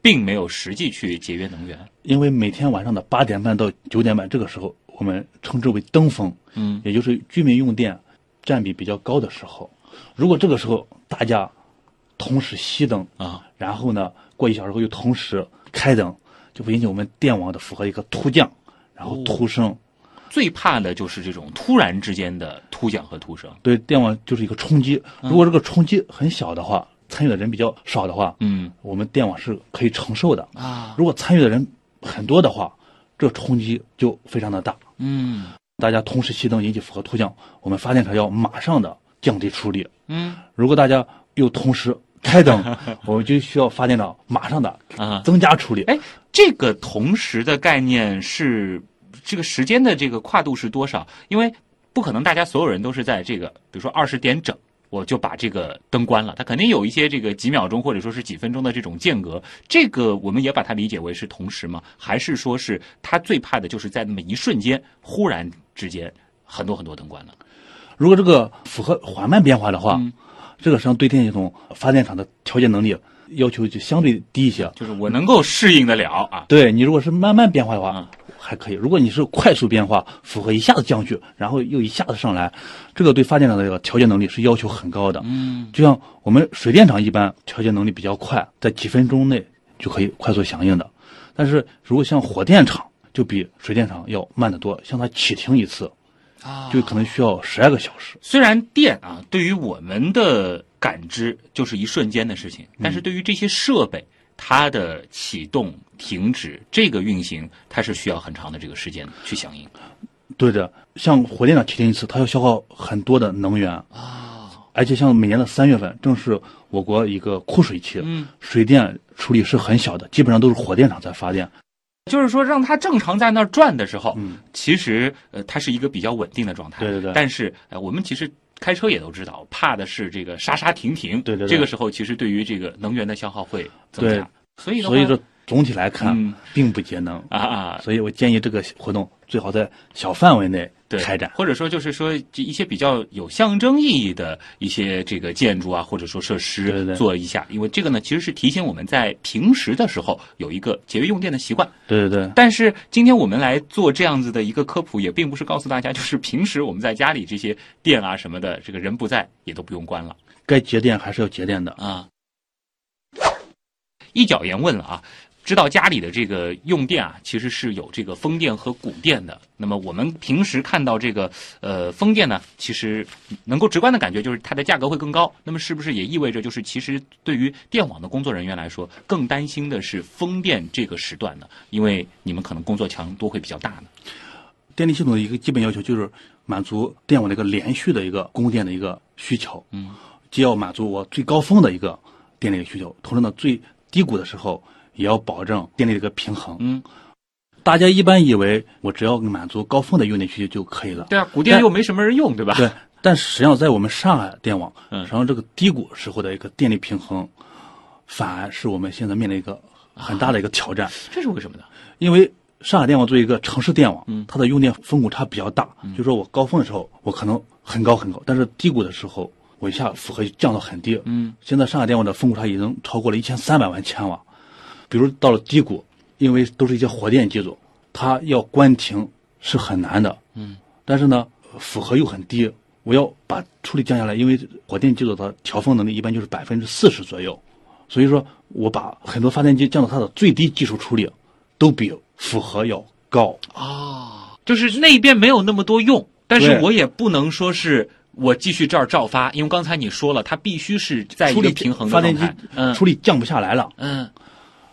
C: 并没有实际去节约能源。
A: 因为每天晚上的八点半到九点半这个时候，我们称之为登峰，
C: 嗯，
A: 也就是居民用电占比比较高的时候。如果这个时候大家同时熄灯，
C: 啊，
A: 然后呢，过一小时后又同时开灯，就会引起我们电网的负荷一个突降，然后突升。
C: 最怕的就是这种突然之间的突降和突升。
A: 对电网就是一个冲击。如果这个冲击很小的话，参与的人比较少的话，
C: 嗯
A: 我们电网是可以承受的。
C: 啊，
A: 如果参与的人很多的话，这冲击就非常的大。
C: 嗯
A: 大家同时熄灯引起负荷突降，我们发电厂要马上的降低出力。
C: 嗯
A: 如果大家又同时开灯，我们就需要发电厂马上的
C: 啊，
A: 增加出力。
C: 哎，这个同时的概念是这个时间的这个跨度是多少？因为不可能大家所有人都是在这个，比如说二十点整。我就把这个灯关了，它肯定有一些这个几秒钟或者说是几分钟的这种间隔。这个我们也把它理解为是同时吗？还是说是它最怕的就是在那么一瞬间，忽然之间很多很多灯关了？
A: 如果这个负荷缓慢变化的话，
C: 嗯
A: 这个实际上对电系统发电厂的调节能力要求就相对低一些。
C: 就是我能够适应得了啊。
A: 对你如果是慢慢变化的话，
C: 嗯
A: 还可以；如果你是快速变化，负荷一下子降去，然后又一下子上来，这个对发电厂的这个调节能力是要求很高的。
C: 嗯，
A: 就像我们水电厂一般，调节能力比较快，在几分钟内就可以快速响应的。但是如果像火电厂，就比水电厂要慢得多，像它启停一次，
C: 啊
A: 就可能需要十来个小时。
C: 虽然电啊，对于我们的感知就是一瞬间的事情，但是对于这些设备，它的启动、停止这个运行，它是需要很长的这个时间去响应
A: 对的，像火电厂启停一次，它要消耗很多的能源，
C: 啊。
A: 而且像每年的三月份，正是我国一个枯水期，
C: 嗯，
A: 水电处理是很小的，基本上都是火电厂在发电。
C: 就是说让它正常在那儿转的时候，
A: 嗯，
C: 其实呃它是一个比较稳定的状态。
A: 对对对
C: 但是呃我们其实。开车也都知道，怕的是这个刹刹停停。
A: 对对对
C: 这个时候其实对于这个能源的消耗会增
A: 对
C: 加。所以的话，
A: 所以说总体来看，
C: 嗯
A: 并不节能。
C: 啊啊，
A: 所以我建议这个活动最好在小范围内
C: 对，
A: 开展。
C: 或者说就是说这一些比较有象征意义的一些这个建筑啊，或者说设施
A: 对对对
C: 做一下，因为这个呢其实是提醒我们在平时的时候有一个节约用电的习惯。
A: 对对对，
C: 但是今天我们来做这样子的一个科普，也并不是告诉大家，就是平时我们在家里这些电啊什么的，这个人不在也都不用关了
A: 该节电还是要节电的。
C: 啊。一角言问了啊。知道家里的这个用电啊，其实是有这个风电和谷电的。那么我们平时看到这个呃风电呢，其实能够直观的感觉就是它的价格会更高。那么是不是也意味着就是其实对于电网的工作人员来说，更担心的是风电这个时段呢？因为你们可能工作强度会比较大呢。
A: 电力系统的一个基本要求就是满足电网的一个连续的一个供电的一个需求，
C: 嗯，
A: 既要满足我最高峰的一个电力的需求，同时呢，最低谷的时候也要保证电力的一个平衡。
C: 嗯，
A: 大家一般以为我只要满足高峰的用电需求就可以了，
C: 对啊，谷
A: 电
C: 电
A: 又
C: 又没什么人用，对吧？
A: 对，但实际上在我们上海电网，
C: 嗯
A: 实际上这个低谷时候的一个电力平衡，反而是我们现在面临一个很大的一个挑战。
C: 这是为什么呢？
A: 因为上海电网作为一个城市电网，
C: 嗯
A: 它的用电峰谷差比较大，就说我高峰的时候我可能很高很高，但是低谷的时候我一下负荷就降到很低。
C: 嗯，
A: 现在上海电网的峰谷差已经超过了一千三百万千瓦，比如到了低谷，因为都是一些火电机组，它要关停是很难的。
C: 嗯，
A: 但是呢，呃负荷又很低。我要把处理降下来，因为火电机组的调峰能力一般就是百分之四十左右，所以说我把很多发电机降到它的最低技术处理，都比负荷要高。
C: 啊，就是那边没有那么多用，但是
A: 对
C: 我也不能说是我继续这儿照发，因为刚才你说了，它必须是在哎一
A: 处
C: 个
A: 理
C: 平衡
A: 发
C: 的状
A: 电机
C: 态。嗯
A: 处理降不下来了，
C: 嗯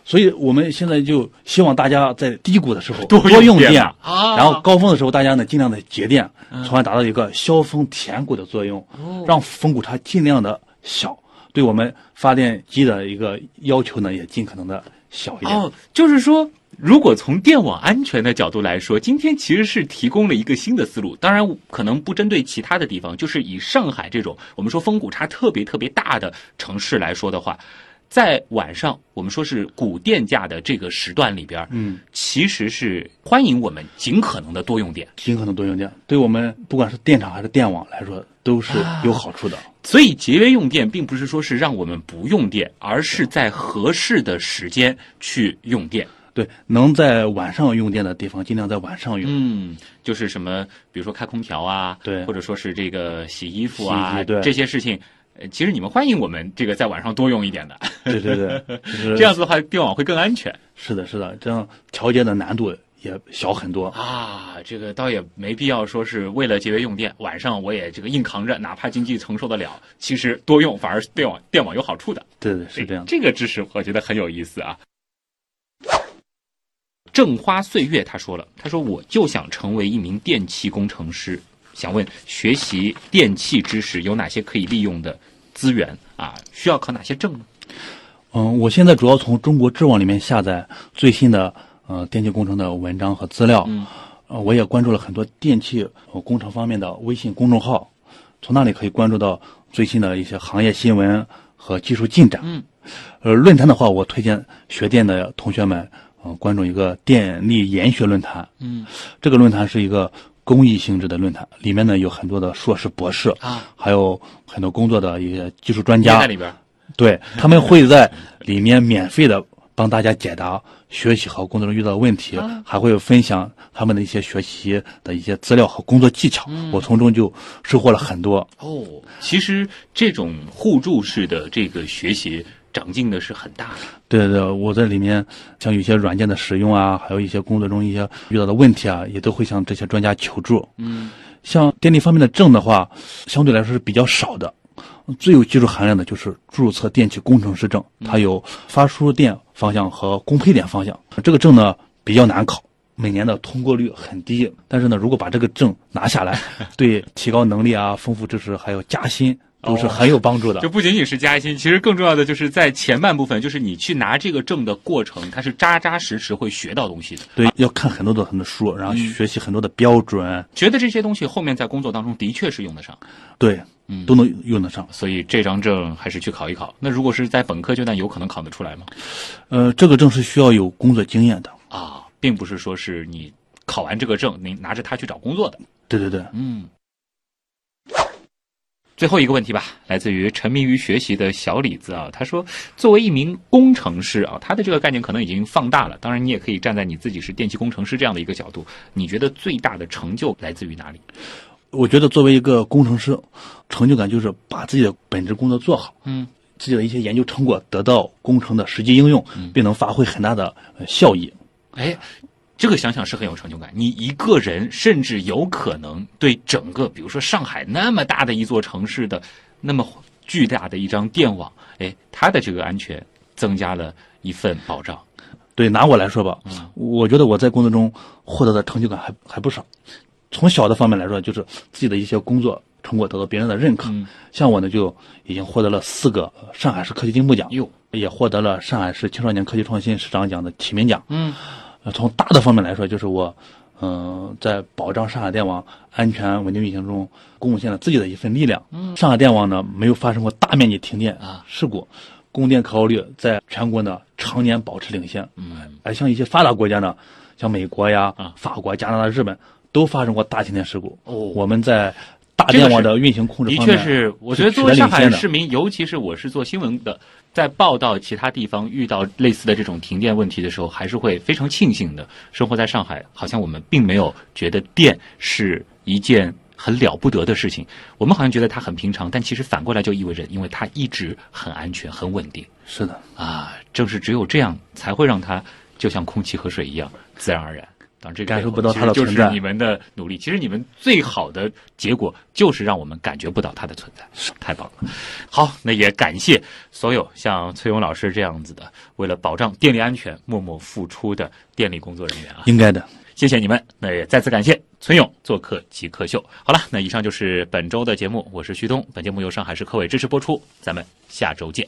A: 所以我们现在就希望大家在低谷的时候
C: 多用
A: 用
C: 电
A: 电，
C: 啊，嗯
A: 然后高峰的时候大家呢尽量的节电，从而达到一个消峰填谷的作用，
C: 哦
A: 让峰谷差尽量的小，对我们发电机的一个要求呢也尽可能的小一点。
C: 哦，就是说。如果从电网安全的角度来说，今天其实是提供了一个新的思路。当然，可能不针对其他的地方，就是以上海这种我们说峰谷差特别特别大的城市来说的话，在晚上我们说是谷电价的这个时段里边儿，
A: 嗯，
C: 其实是欢迎我们尽可能的多用电。
A: 尽可能多用电，对我们不管是电厂还是电网来说都是
C: 啊
A: 有好处的。
C: 所以节约用电，并不是说是让我们不用电，而是在合适的时间去用电。
A: 对，能在晚上用电的地方，尽量在晚上 用。
C: 嗯，就是什么，比如说开空调啊，
A: 对
C: 或者说是这个洗衣服
A: 洗衣
C: 啊
A: 机，对
C: 这些事情。呃其实你们欢迎我们这个在晚上多用一点的，
A: 对对对，就是
C: 这样子的话电网会更安全
A: 是的，是的，这样调节的难度也小很多。
C: 啊。这个倒也没必要说是为了节约用电，晚上我也这个硬扛着，哪怕经济承受得了，其实多用反而是电网电网有好处的。
A: 对对，是这样的。
C: 这个知识我觉得很有意思啊。正花岁月他说了，他说我就想成为一名电气工程师，想问学习电气知识有哪些可以利用的资源啊？需要考哪些证呢？
A: 嗯，我现在主要从中国知网里面下载最新的呃电气工程的文章和资料。
C: 嗯，
A: 呃，我也关注了很多电气、呃、工程方面的微信公众号，从那里可以关注到最新的一些行业新闻和技术进展。
C: 嗯，
A: 呃，论坛的话，我推荐学电的同学们，呃，关注一个电力研学论坛。
C: 嗯
A: 这个论坛是一个公益性质的论坛，里面呢有很多的硕士、博士，
C: 啊，
A: 还有很多工作的一些技术专
C: 也在
A: 家，
C: 里边儿
A: 对他们会在里面免费的帮大家解答学习和工作中遇到的问题，还会分享他们的一些学习的一些资料和工作技巧。我从中就收获了很多。
C: 哦。其实这种互助式的这个学习长进的是很大的。
A: 对对对，我在里面像有些软件的使用啊，还有一些工作中一些遇到的问题啊，也都会向这些专家求助。
C: 嗯
A: 像电力方面的证的话，相对来说是比较少的。最有技术含量的就是注册电气工程师证，
C: 嗯
A: 它有发输电方向和供配电方向。这个证呢比较难考，每年的通过率很低。但是呢，如果把这个证拿下 来，对提高能力啊、丰富知识还有加薪都是很有帮助的。
C: 哦就不仅仅是加薪，其实更重要的就是在前半部分，就是你去拿这个证的过程，它是扎扎实实会学到东西的。
A: 对，要看很多的很多书，
C: 嗯
A: 然后学习很多的标准，
C: 觉得这些东西后面在工作当中的确是用得上，
A: 对，
C: 嗯
A: 都能用得上。
C: 所以这张证还是去考一考。那如果是在本科阶段，有可能考得出来吗？
A: 呃，这个证是需要有工作经验的。
C: 啊，并不是说是你考完这个证，你拿着它去找工作的。
A: 对对对，
C: 嗯。最后一个问题吧，来自于沉迷于学习的小李子啊，他说，作为一名工程师啊，他的这个概念可能已经放大了。当然，你也可以站在你自己是电气工程师这样的一个角度，你觉得最大的成就来自于哪里？
A: 我觉得作为一个工程师，成就感就是把自己的本职工作做好，
C: 嗯，
A: 自己的一些研究成果得到工程的实际应用，
C: 嗯
A: 并能发挥很大的呃效益。
C: 哎，这个想想是很有成就感。你一个人甚至有可能对整个，比如说上海那么大的一座城市的那么巨大的一张电网，哎，它的这个安全增加了一份保障。
A: 对，拿我来说吧，
C: 嗯
A: 我觉得我在工作中获得的成就感还还不少。从小的方面来说，就是自己的一些工作成果得到别人的认可。
C: 嗯
A: 像我呢，就已经获得了四个呃上海市科技进步奖，
C: 哟，
A: 也获得了上海市青少年科技创新市长奖的提名奖。
C: 嗯，
A: 呃从大的方面来说，就是我，嗯、在保障上海电网安全稳定运行中贡献了自己的一份力量。嗯，上海电网呢没有发生过大面积停电
C: 啊
A: 事故，供电可靠率在全国呢常年保持领先。
C: 嗯，
A: 而像一些发达国家呢，像美国呀、
C: 啊
A: 法国、加拿大、日本都发生过大停电事故。
C: 哦
A: 我们在大
C: 这个
A: 电网
C: 是
A: 的运行控制
C: 的
A: 方面，
C: 确是，我觉得作为上海市民，尤其是我是做新闻的，在报道其他地方遇到类似的这种停电问题的时候，还是会非常庆幸的。生活在上海，好像我们并没有觉得电是一件很了不得的事情，我们好像觉得它很平常，但其实反过来就意味着，因为它一直很安全、很稳定
A: 是的，
C: 啊，正是只有这样，才会让它就像空气和水一样，自然而然。当然，这个
A: 感受
C: 背后
A: 不到
C: 其
A: 它
C: 实
A: 的
C: 就是
A: 存在
C: 你们的努力。其实你们最好的结果就是让我们感觉不到它的存在，太棒了。好，那也感谢所有像崔勇老师这样子的，为了保障电力安全默默付出的电力工作人员啊，
A: 应该的。
C: 谢谢你们。那也再次感谢崔勇做客极客秀。好了，那以上就是本周的节目，我是旭东。本节目由上海市科委支持播出，咱们下周见。